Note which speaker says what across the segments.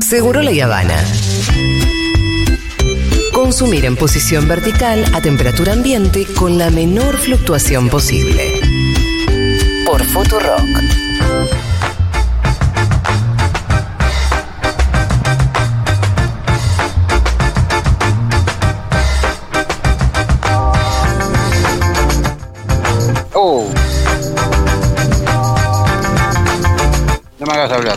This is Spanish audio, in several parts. Speaker 1: Seguro la Habana. Consumir en posición vertical a temperatura ambiente con la menor fluctuación posible. Por Futurock.
Speaker 2: Oh. No me hagas hablar.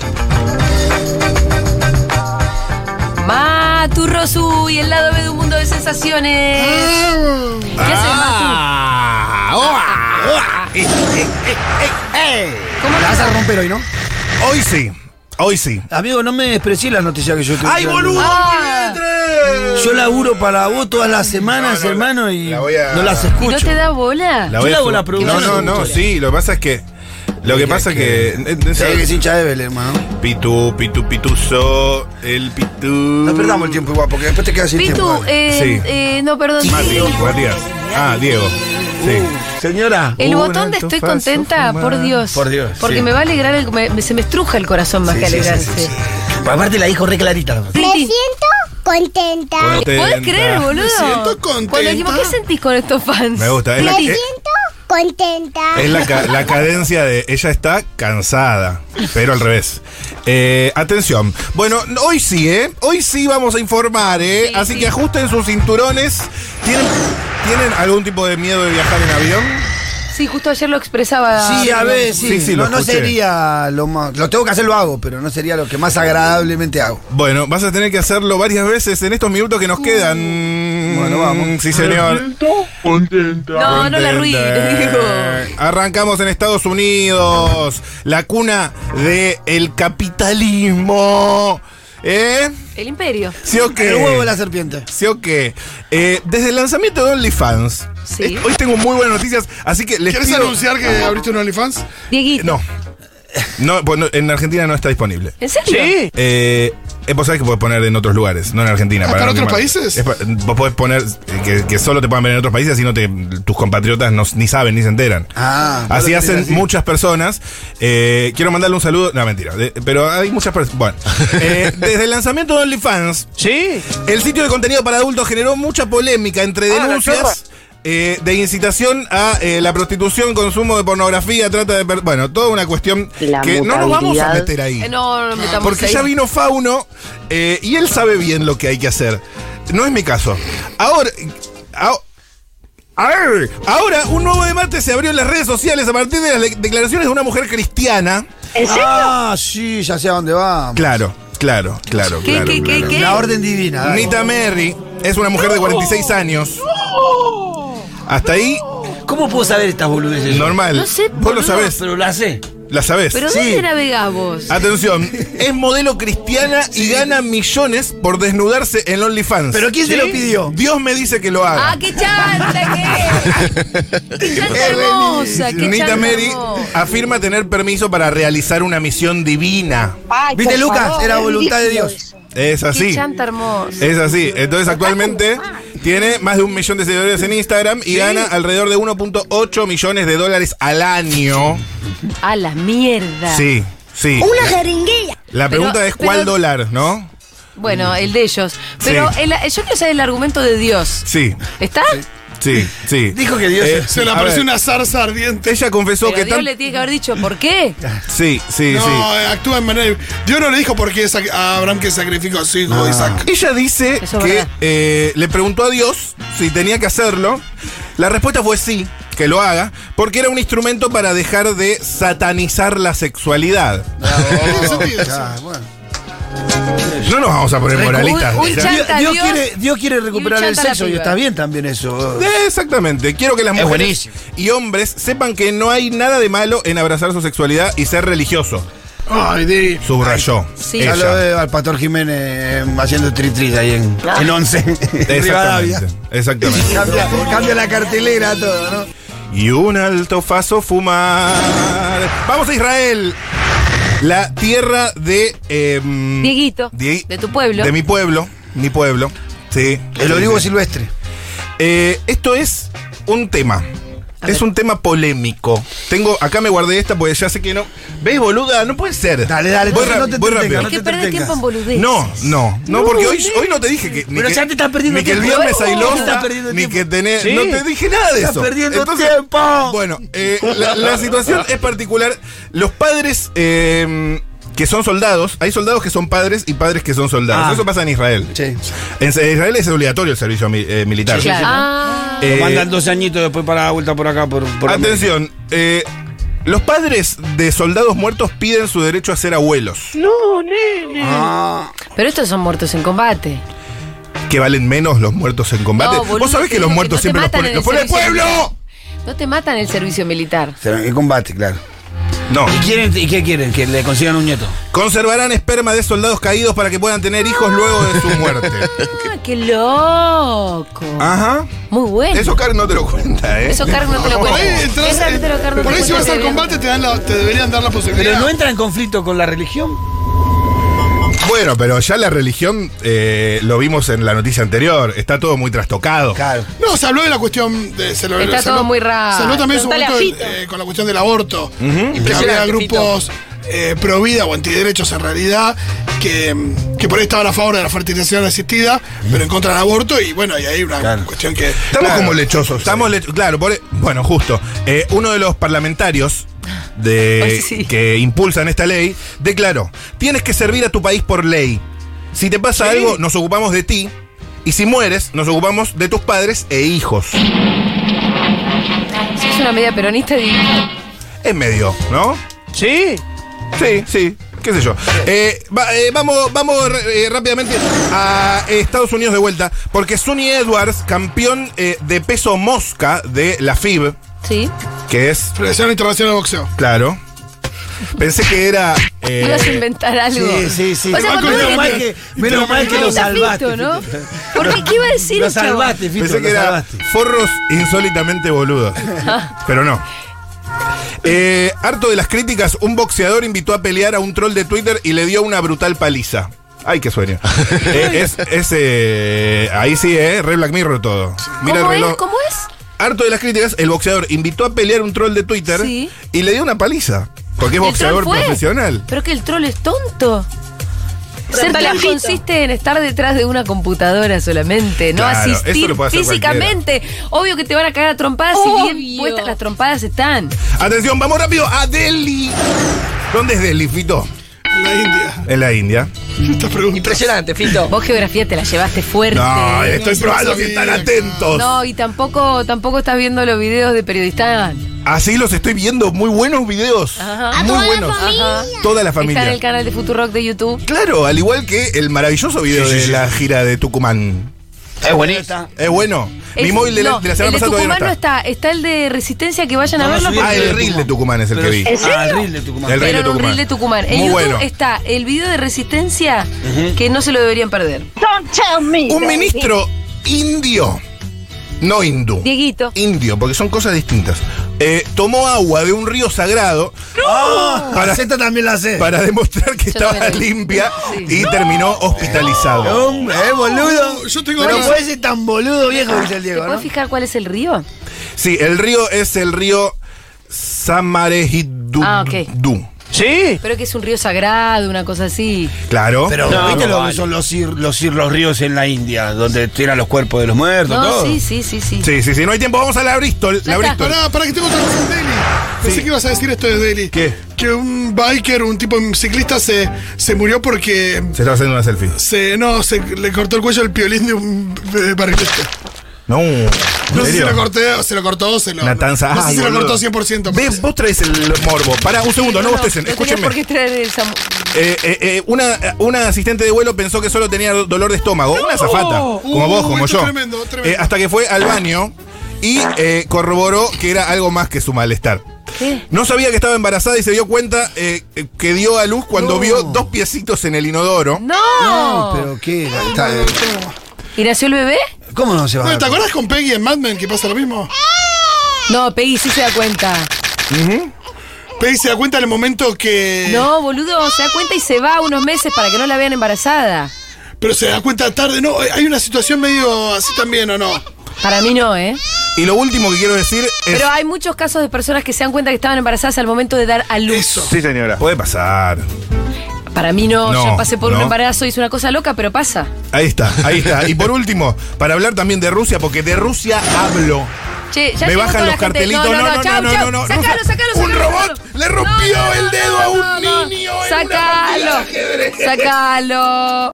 Speaker 3: Maturrosu y el lado B de un mundo de sensaciones. ¿Qué haces, Matu?
Speaker 4: Ah, ¡Oa! ¡Oa! Eh, eh, eh, eh, eh.
Speaker 3: ¿Cómo
Speaker 5: La vas a romper hoy, ¿no?
Speaker 4: Hoy sí, hoy sí.
Speaker 5: Amigo, no me desprecié las noticias que yo te
Speaker 4: ¡Ay, boludo!
Speaker 3: Ah.
Speaker 4: me
Speaker 5: Yo laburo para vos todas las semanas,
Speaker 4: No, no,
Speaker 5: hermano, y
Speaker 4: la voy a-
Speaker 5: no las
Speaker 3: ¿Y
Speaker 5: escucho.
Speaker 3: no te da bola?
Speaker 5: voy a
Speaker 4: hago
Speaker 5: hacer-
Speaker 4: No, no, no, sí, lo que pasa es que. Lo que pasa es que. eh,
Speaker 5: Sabés que es hincha de Vélez, hermano.
Speaker 4: Pitu, pitu, pituzo, el pitu.
Speaker 5: No perdamos el tiempo igual, porque después te quedas sin
Speaker 3: Pitu,
Speaker 5: tiempo.
Speaker 3: eh,
Speaker 4: Sí.
Speaker 3: eh, no, perdón.
Speaker 4: Mati,
Speaker 3: El-
Speaker 4: Matías. Ah, Diego.
Speaker 5: Uh.
Speaker 4: Sí.
Speaker 5: Señora.
Speaker 3: El
Speaker 4: Un
Speaker 3: botón de estoy
Speaker 4: antofazo
Speaker 3: contenta,
Speaker 4: fumar.
Speaker 3: por Dios.
Speaker 5: Por Dios,
Speaker 3: Porque
Speaker 5: sí.
Speaker 3: me va a alegrar, el- me- me- se me estruja el corazón más
Speaker 5: Sí,
Speaker 3: que
Speaker 5: sí, sí,
Speaker 3: alegrarse.
Speaker 5: sí, sí. Pues Aparte la dijo re clarita. ¿no?
Speaker 6: Me
Speaker 3: Titi,
Speaker 6: siento contenta.
Speaker 3: ¿Podés
Speaker 4: Contenta.
Speaker 3: creer, boludo?
Speaker 4: Me siento contenta.
Speaker 3: Cuando dijimos, ¿qué sentís con estos fans?
Speaker 4: Me gusta, es la-
Speaker 3: Titi,
Speaker 4: eh,
Speaker 6: Siento contenta.
Speaker 4: Es la, ca- la cadencia de ella está cansada, pero al revés. Eh, atención. Bueno, hoy sí, ¿eh? Hoy sí vamos a informar, ¿eh?
Speaker 3: Sí,
Speaker 4: Así
Speaker 3: sí.
Speaker 4: que ajusten sus cinturones. ¿Tienen, ¿Tienen algún tipo de miedo de viajar en avión?
Speaker 3: Sí, justo ayer lo expresaba.
Speaker 5: Sí, a ver, sí.
Speaker 4: Sí, sí, lo
Speaker 5: no, no
Speaker 4: escuché.
Speaker 5: sería lo más. Lo tengo que hacer, lo hago, pero no sería lo que más agradablemente hago.
Speaker 4: Bueno, vas a tener que hacerlo varias veces en estos minutos que nos quedan.
Speaker 5: Uh. Bueno, vamos.
Speaker 4: Sí, señor.
Speaker 3: No, no la arruines, digo.
Speaker 4: Arrancamos en Estados Unidos, la cuna del capitalismo. ¿Eh?
Speaker 3: El imperio.
Speaker 4: ¿Sí o qué?
Speaker 5: El huevo de la serpiente.
Speaker 4: ¿Sí o qué? Eh, desde el lanzamiento de OnlyFans.
Speaker 3: Sí.
Speaker 4: eh, hoy tengo muy buenas noticias, así que les
Speaker 7: ¿Quieres
Speaker 4: pido-
Speaker 7: anunciar que abriste un OnlyFans?
Speaker 3: Dieguito.
Speaker 4: No. No, pues no, en Argentina no está disponible.
Speaker 3: ¿En serio?
Speaker 4: Eh, eh, vos sabés que podés poner en otros lugares, no en Argentina.
Speaker 7: Ah, ¿para
Speaker 4: no
Speaker 7: otros
Speaker 4: quemar.
Speaker 7: países?
Speaker 4: Es pa- vos podés poner eh, que, que solo te puedan ver en otros países, así no te, tus compatriotas no, ni saben ni se enteran.
Speaker 5: Ah, no
Speaker 4: así
Speaker 5: lo
Speaker 4: hacen
Speaker 5: quería decir.
Speaker 4: muchas personas. Eh, quiero mandarle un saludo. No, mentira. de- pero hay muchas personas. Bueno, Eh, desde el lanzamiento de OnlyFans,
Speaker 5: Sí. Ah,
Speaker 4: el sitio de contenido para adultos generó mucha polémica entre denuncias eh, de incitación a eh, la prostitución, consumo de pornografía, trata de... per- Bueno, toda una cuestión
Speaker 8: La
Speaker 4: que no nos vamos a
Speaker 8: mutabilidad.
Speaker 4: meter ahí.
Speaker 3: Eh, no, no metamos
Speaker 4: Ah, porque
Speaker 3: ahí.
Speaker 4: ya vino Fauno eh, y él sabe bien lo que hay que hacer. No es mi caso. Ahora... aho- ¡Arr! Ahora, un nuevo debate se abrió en las redes sociales a partir de las le- declaraciones de una mujer cristiana.
Speaker 5: Ah, sí, ya sé a dónde va.
Speaker 4: Claro, claro, claro.
Speaker 3: ¿Qué,
Speaker 4: claro,
Speaker 3: qué, qué,
Speaker 4: claro.
Speaker 3: qué?
Speaker 5: La orden divina. dale.
Speaker 4: Nita Merry es una mujer de 46 años. Hasta ahí,
Speaker 5: ¿Cómo puedo saber estas boludeces?
Speaker 4: normal.
Speaker 3: No sé,
Speaker 4: Vos lo
Speaker 3: boludo.
Speaker 4: sabés,
Speaker 5: Pero la sé.
Speaker 4: la sabés.
Speaker 3: ¿Pero
Speaker 5: Sí.
Speaker 3: dónde navegás vos?
Speaker 4: Ah, Atención, es modelo cristiana y gana millones por desnudarse en OnlyFans.
Speaker 5: ¿Pero quién se lo pidió?
Speaker 4: Dios me dice que lo
Speaker 3: ¡Ah,
Speaker 4: haga.
Speaker 3: qué chanta que es! ¡Qué chanta
Speaker 4: Eh,
Speaker 3: hermosa! ¡Qué
Speaker 4: Nita
Speaker 3: chanta
Speaker 4: Merry
Speaker 3: hermosa.
Speaker 4: afirma tener permiso para realizar una misión divina.
Speaker 8: Ay,
Speaker 5: ¿Viste,
Speaker 8: por
Speaker 5: Lucas?
Speaker 8: favor,
Speaker 5: Era
Speaker 8: es
Speaker 5: voluntad de
Speaker 8: ridículo
Speaker 5: Dios.
Speaker 8: eso.
Speaker 4: Es
Speaker 3: Ah, ¡Qué
Speaker 4: así.
Speaker 3: chanta Ah, hermosa!
Speaker 4: Es así. Entonces actualmente tiene más de un millón de seguidores en Instagram y gana alrededor de 1.8 millones de dólares al año.
Speaker 3: ¡A la mierda!
Speaker 4: Eh. Sí, sí.
Speaker 6: Una jeringuilla.
Speaker 4: La
Speaker 3: Pero-
Speaker 4: pregunta es cuál
Speaker 3: pero-
Speaker 4: dólar, ¿no?
Speaker 3: Bueno, el de ellos. Pero
Speaker 4: Sí.
Speaker 3: el- yo quiero saber el argumento de Dios.
Speaker 4: Sí,
Speaker 3: ¿Está?
Speaker 4: sí, Eh, sí.
Speaker 5: Dijo que Dios es-
Speaker 7: Se le
Speaker 4: a
Speaker 7: apareció
Speaker 4: ver,
Speaker 7: una zarza ardiente.
Speaker 4: Ella confesó
Speaker 3: Pero
Speaker 4: que
Speaker 3: Dios
Speaker 4: tan-
Speaker 3: le tiene que haber dicho, ¿por qué?
Speaker 4: Sí, sí,
Speaker 7: No,
Speaker 4: sí.
Speaker 7: eh, actúa en manera. Dios no le dijo por qué sac- a Abraham que sacrificó a su hijo
Speaker 4: Ah.
Speaker 7: Isaac.
Speaker 4: Ella dice
Speaker 3: Eso es
Speaker 4: que
Speaker 3: verdad.
Speaker 4: eh, le preguntó a Dios si tenía que hacerlo. La respuesta fue sí, que lo haga, porque era un instrumento para dejar de satanizar la sexualidad.
Speaker 7: Tiene sentido eso.
Speaker 5: Ah, bueno.
Speaker 4: No nos vamos a poner
Speaker 3: Recu-
Speaker 4: moralistas.
Speaker 3: un
Speaker 4: Ya-
Speaker 3: chan-
Speaker 5: Dios,
Speaker 3: Chanta,
Speaker 5: Dios
Speaker 3: Dios.
Speaker 5: quiere, Dios quiere recuperar
Speaker 3: Y
Speaker 5: el
Speaker 3: chanta la
Speaker 5: sexo y
Speaker 3: piba.
Speaker 5: está bien también eso.
Speaker 4: Eh, Exactamente. Quiero que las
Speaker 5: Es
Speaker 4: mujeres
Speaker 5: buenísimo.
Speaker 4: y hombres sepan que no hay nada de malo en abrazar su sexualidad y ser religioso.
Speaker 7: Ay, di.
Speaker 4: Subrayó.
Speaker 3: Sí.
Speaker 4: ella.
Speaker 5: Ya lo veo al Pastor Jiménez eh, haciendo tritris ahí en, en Once. en Rivadavia.
Speaker 4: Exactamente. Exactamente.
Speaker 5: Cambia, cambia la cartelera, todo, ¿no?
Speaker 4: y un alto faso fumar. Vamos a Israel. La tierra de. em,
Speaker 3: Dieguito,
Speaker 4: Die-
Speaker 3: de tu pueblo.
Speaker 4: De mi pueblo. Mi pueblo. Sí.
Speaker 5: El olivo
Speaker 4: Sí, sí.
Speaker 5: silvestre.
Speaker 4: Eh, esto es un tema. Es un tema polémico. Tengo, acá me guardé esta porque ya sé que no. ¿Ves, boluda? No puede ser.
Speaker 5: Dale, dale,
Speaker 4: voy,
Speaker 5: no
Speaker 4: ra-
Speaker 5: te
Speaker 4: voy
Speaker 5: entretengas,
Speaker 4: rápido.
Speaker 5: no
Speaker 3: Que
Speaker 5: te
Speaker 3: perder
Speaker 5: entretengas.
Speaker 3: tiempo en boludeces.
Speaker 4: No, no, no, porque hoy, hoy no te dije que.
Speaker 5: Pero
Speaker 4: que-
Speaker 5: ya te estás perdiendo
Speaker 4: Ni que el
Speaker 5: tiempo.
Speaker 4: viernes hay
Speaker 5: Oh,
Speaker 4: losa,
Speaker 5: estás perdiendo
Speaker 4: ni
Speaker 5: tiempo.
Speaker 4: que tenés.
Speaker 5: Sí.
Speaker 4: No te dije nada de
Speaker 5: Estás
Speaker 4: eso.
Speaker 5: perdiendo tiempo.
Speaker 4: Bueno, eh, la, la situación es particular. Los padres. eh, que son soldados, hay soldados que son padres y padres que son soldados.
Speaker 5: Ah.
Speaker 4: Eso pasa en Israel.
Speaker 5: Sí.
Speaker 4: En Israel es obligatorio el servicio mi- eh, militar.
Speaker 5: Sí, sí, sí.
Speaker 3: Ah,
Speaker 4: Eh,
Speaker 5: Lo mandan dos añitos después para la vuelta por acá. Por, por
Speaker 4: Atención, eh, los padres de soldados muertos piden su derecho a ser abuelos,
Speaker 5: Ah,
Speaker 3: pero estos son muertos en combate.
Speaker 4: que valen menos los muertos en combate.
Speaker 3: No, boludo,
Speaker 4: Vos sabés
Speaker 3: te
Speaker 4: que
Speaker 3: digo
Speaker 4: los
Speaker 3: que
Speaker 4: muertos
Speaker 3: no te
Speaker 4: siempre los
Speaker 3: matan
Speaker 4: pone,
Speaker 3: en
Speaker 4: los
Speaker 3: el
Speaker 4: pone el
Speaker 3: servicio.
Speaker 4: pueblo.
Speaker 3: No te matan el servicio militar.
Speaker 5: será en combate, claro.
Speaker 4: No,
Speaker 5: ¿Y, quieren, ¿Y qué quieren? Que le consigan un nieto.
Speaker 4: conservarán esperma de soldados caídos para que puedan tener hijos luego de su muerte.
Speaker 3: Ah, qué loco.
Speaker 4: Ajá.
Speaker 3: Muy bueno.
Speaker 4: Eso Karen no te lo cuenta, ¿eh?
Speaker 3: Eso Carmen no te lo
Speaker 7: Por
Speaker 3: cuenta.
Speaker 7: ahí, entras-
Speaker 3: Es realmente lo que Carmen
Speaker 7: por
Speaker 3: te
Speaker 7: ahí si
Speaker 3: cuenta,
Speaker 7: vas al
Speaker 3: debería-
Speaker 7: combate te, dan la- te deberían dar la posibilidad.
Speaker 5: Pero no entra en conflicto con la religión.
Speaker 4: Bueno, pero ya la religión eh, lo vimos en la noticia anterior. Está todo muy trastocado.
Speaker 5: Claro.
Speaker 7: No, se habló de la cuestión de. Se lo-
Speaker 3: Está
Speaker 7: se
Speaker 3: todo
Speaker 7: habló-
Speaker 3: muy raro.
Speaker 7: Se habló también en su
Speaker 3: Preguntale a
Speaker 7: momento
Speaker 3: Fito.
Speaker 7: eh, con la cuestión del aborto. Que había
Speaker 3: Impresionante,
Speaker 7: grupos eh, pro vida o antiderechos en realidad que, mm, que por ahí estaban a favor de la fertilización asistida, pero en contra del aborto. Y bueno, y ahí una
Speaker 5: Claro.
Speaker 7: cuestión que.
Speaker 4: Estamos
Speaker 7: Claro.
Speaker 4: como lechosos. Estamos lecho- claro, por- e-, bueno, justo. Eh, uno de los parlamentarios de,
Speaker 3: Ay, sí.
Speaker 4: que impulsan esta ley declaró, tienes que servir a tu país por ley. Si te pasa algo, nos ocupamos de ti. Y si mueres, nos ocupamos de tus padres e hijos.
Speaker 3: Es una media peronista divina.
Speaker 4: Es medio, ¿no?
Speaker 5: ¿Sí?
Speaker 4: Sí, sí. ¿Qué sé yo? Eh, va- eh, vamos vamos eh, rápidamente a Estados Unidos de vuelta, porque Sunny Edwards, campeón eh, de peso mosca de la FIB,
Speaker 3: Sí.
Speaker 4: que es
Speaker 7: Federación Internacional de Boxeo.
Speaker 4: Claro. Pensé que era. eh,
Speaker 3: Ibas a inventar algo.
Speaker 5: Sí, sí, sí.
Speaker 3: O sea, cuando
Speaker 5: menos
Speaker 3: uno-
Speaker 5: mal que, menos mal que
Speaker 3: Ahí
Speaker 5: lo
Speaker 3: está
Speaker 5: salvaste.
Speaker 3: Fito, ¿no?
Speaker 5: Fito.
Speaker 3: Porque ¿qué iba a decir
Speaker 5: Lo
Speaker 3: el chabón?
Speaker 5: salvaste, Fito,
Speaker 4: pensé
Speaker 5: lo
Speaker 4: que era
Speaker 5: salvaste.
Speaker 4: forros insólitamente boludos. Pero no. Eh, harto de las críticas, un boxeador invitó a pelear a un troll de Twitter y le dio una brutal paliza. Ay, qué sueño. Eh, es, es, eh, ahí sí, eh, re Black Mirror todo. Mira el
Speaker 3: ¿Cómo
Speaker 4: reloj.
Speaker 3: es? ¿Cómo es?
Speaker 4: Harto de las críticas, el boxeador invitó a pelear a un troll de Twitter
Speaker 3: Sí.
Speaker 4: y le dio una paliza. Porque es
Speaker 3: ¿El
Speaker 4: boxeador
Speaker 3: troll fue?
Speaker 4: profesional.
Speaker 3: Pero que el troll es tonto. Ser troll consiste en estar detrás de una computadora solamente, no
Speaker 4: Claro, eso
Speaker 3: asistir
Speaker 4: lo puede hacer
Speaker 3: físicamente. Obvio que te van a caer a trompadas si bien
Speaker 8: Obvio.
Speaker 3: puestas las trompadas están.
Speaker 4: Atención, vamos rápido a Delhi. ¿Dónde es Delhi, Fito?
Speaker 7: En la India.
Speaker 4: En la India.
Speaker 7: Estas preguntas.
Speaker 8: Impresionante, Fito.
Speaker 3: Vos geografía te la llevaste fuerte.
Speaker 4: No, eh, estoy
Speaker 7: sí,
Speaker 4: probando
Speaker 7: sí,
Speaker 4: que
Speaker 7: sí,
Speaker 4: están
Speaker 7: acá.
Speaker 4: atentos.
Speaker 3: No, y tampoco, tampoco estás viendo los videos de periodistas.
Speaker 4: Así los estoy viendo, muy buenos videos.
Speaker 3: Ajá.
Speaker 4: Muy
Speaker 6: toda la
Speaker 4: buenos.
Speaker 6: familia.
Speaker 3: Ajá.
Speaker 4: Toda la
Speaker 3: Está en
Speaker 4: familia.
Speaker 3: el canal de Futurock de YouTube.
Speaker 4: Claro, al igual que el maravilloso video de la gira de Tucumán.
Speaker 5: Es buenísimo.
Speaker 4: Es bueno. Mi
Speaker 3: Es-
Speaker 4: móvil de la,
Speaker 3: no,
Speaker 4: de la semana
Speaker 3: el de
Speaker 4: pasada todavía
Speaker 3: Tucumán
Speaker 4: no está.
Speaker 3: está. Está el de Resistencia que vayan a
Speaker 5: No, no
Speaker 3: verlo.
Speaker 5: subí
Speaker 4: Ah,
Speaker 5: el
Speaker 4: el reel de Tucumán es el que vi.
Speaker 5: Pero- Ah, el reel de Tucumán.
Speaker 4: El reel
Speaker 3: Pero
Speaker 4: de
Speaker 3: en un
Speaker 4: Tucumán.
Speaker 3: reel de Tucumán. En
Speaker 4: Muy
Speaker 3: YouTube
Speaker 4: bueno.
Speaker 3: está el video de resistencia que no se lo deberían perder.
Speaker 4: Un ministro indio, no hindú.
Speaker 3: Dieguito.
Speaker 4: Indio, porque son cosas distintas. eh, tomó agua de un río sagrado
Speaker 5: Ah,
Speaker 4: Para-
Speaker 5: la Z también la sé.
Speaker 4: para demostrar que
Speaker 3: Yo no
Speaker 4: estaba
Speaker 3: me doy.
Speaker 4: limpia
Speaker 3: Sí.
Speaker 4: y terminó hospitalizado.
Speaker 5: Hombre, eh, boludo.
Speaker 7: Yo tengo
Speaker 5: Pero
Speaker 7: ganas-
Speaker 5: puede ser tan boludo viejo, dice el
Speaker 3: Ah. ¿Te
Speaker 5: Diego,
Speaker 3: puedes
Speaker 5: ¿no?
Speaker 3: fijar cuál es el río?
Speaker 4: Sí, el río es el río Samarejidú.
Speaker 3: Ah, ok.
Speaker 4: Dú.
Speaker 5: Sí.
Speaker 3: Pero que es un río sagrado, una cosa así.
Speaker 4: Claro.
Speaker 5: Pero
Speaker 8: No,
Speaker 5: ¿viste lo
Speaker 8: vale.
Speaker 5: que son los, ir- los, ir- los ríos en la India? Donde tiran los cuerpos de los muertos,
Speaker 3: No,
Speaker 5: todo.
Speaker 3: sí, sí, sí, sí.
Speaker 4: Sí, sí, sí, no hay tiempo. Vamos a la Bristol.
Speaker 3: Ya
Speaker 4: La
Speaker 3: está.
Speaker 4: Bristol.
Speaker 7: Pará, pará, que tengo otra cosa en Delhi. Pensé que ibas a decir esto de Delhi.
Speaker 4: ¿Qué?
Speaker 7: Que un biker, un tipo un ciclista se, se murió porque
Speaker 4: Se estaba haciendo una selfie.
Speaker 7: se no se le cortó el cuello al piolín de un eh, barrilete.
Speaker 4: No. ¿en
Speaker 7: No sé si
Speaker 4: serio?
Speaker 7: lo corté, se lo cortó o se lo.
Speaker 4: Una tanza.
Speaker 7: No sé
Speaker 4: Ay,
Speaker 7: si lo
Speaker 4: boludo.
Speaker 7: cortó 100%.
Speaker 4: Ve, vos traes el morbo. Pará, un segundo, no, bostecen.
Speaker 3: no tenías
Speaker 4: Escúchenme.
Speaker 3: por qué traer el Samu-
Speaker 4: Eh, eh, eh, una, una asistente de vuelo pensó que solo tenía do- dolor de estómago. Una zafata. Como
Speaker 7: Uh,
Speaker 4: vos, como
Speaker 7: esto
Speaker 4: yo.
Speaker 7: es tremendo, tremendo.
Speaker 4: Eh, hasta que fue al baño y eh, corroboró que era algo más que su malestar.
Speaker 3: ¿Qué?
Speaker 4: No sabía que estaba embarazada y se dio cuenta eh, eh, que dio a luz cuando vio dos piecitos en el inodoro.
Speaker 3: ¡No!
Speaker 5: No, pero qué. está-
Speaker 3: ¿Y nació el bebé?
Speaker 5: ¿Cómo no se va a
Speaker 7: Bueno, ¿Te
Speaker 5: dar?
Speaker 7: acordás con Peggy en Mad Men que pasa lo mismo?
Speaker 3: No, Peggy sí se da cuenta.
Speaker 7: Peggy se da cuenta en el momento que.
Speaker 3: No, boludo, se da cuenta y se va unos meses para que no la vean embarazada.
Speaker 7: Pero se da cuenta tarde. No, hay una situación medio así también, ¿o no?
Speaker 3: Para mí no, ¿eh?
Speaker 4: Y lo último que quiero decir es.
Speaker 3: Pero hay muchos casos de personas que se dan cuenta que estaban embarazadas al momento de dar a luz.
Speaker 7: Eso.
Speaker 8: Sí, señora.
Speaker 4: Puede pasar.
Speaker 3: Para mí no,
Speaker 4: No,
Speaker 3: yo pasé por
Speaker 4: no.
Speaker 3: un embarazo, hice una cosa loca, pero pasa.
Speaker 4: Ahí está, ahí está. Y por último, para hablar también de Rusia, porque de Rusia hablo.
Speaker 3: Che, ya
Speaker 4: Me
Speaker 3: llegó
Speaker 4: bajan
Speaker 3: toda
Speaker 4: los
Speaker 3: la gente.
Speaker 4: cartelitos. No, no, no,
Speaker 3: chau,
Speaker 4: no,
Speaker 3: chau.
Speaker 4: no, no.
Speaker 3: Sácalo, sácalo,
Speaker 4: Un
Speaker 3: sácalo.
Speaker 4: robot
Speaker 3: sácalo.
Speaker 4: le rompió el dedo a un niño en una partida de
Speaker 3: Sácalo.
Speaker 4: ajedrez.
Speaker 3: Sácalo.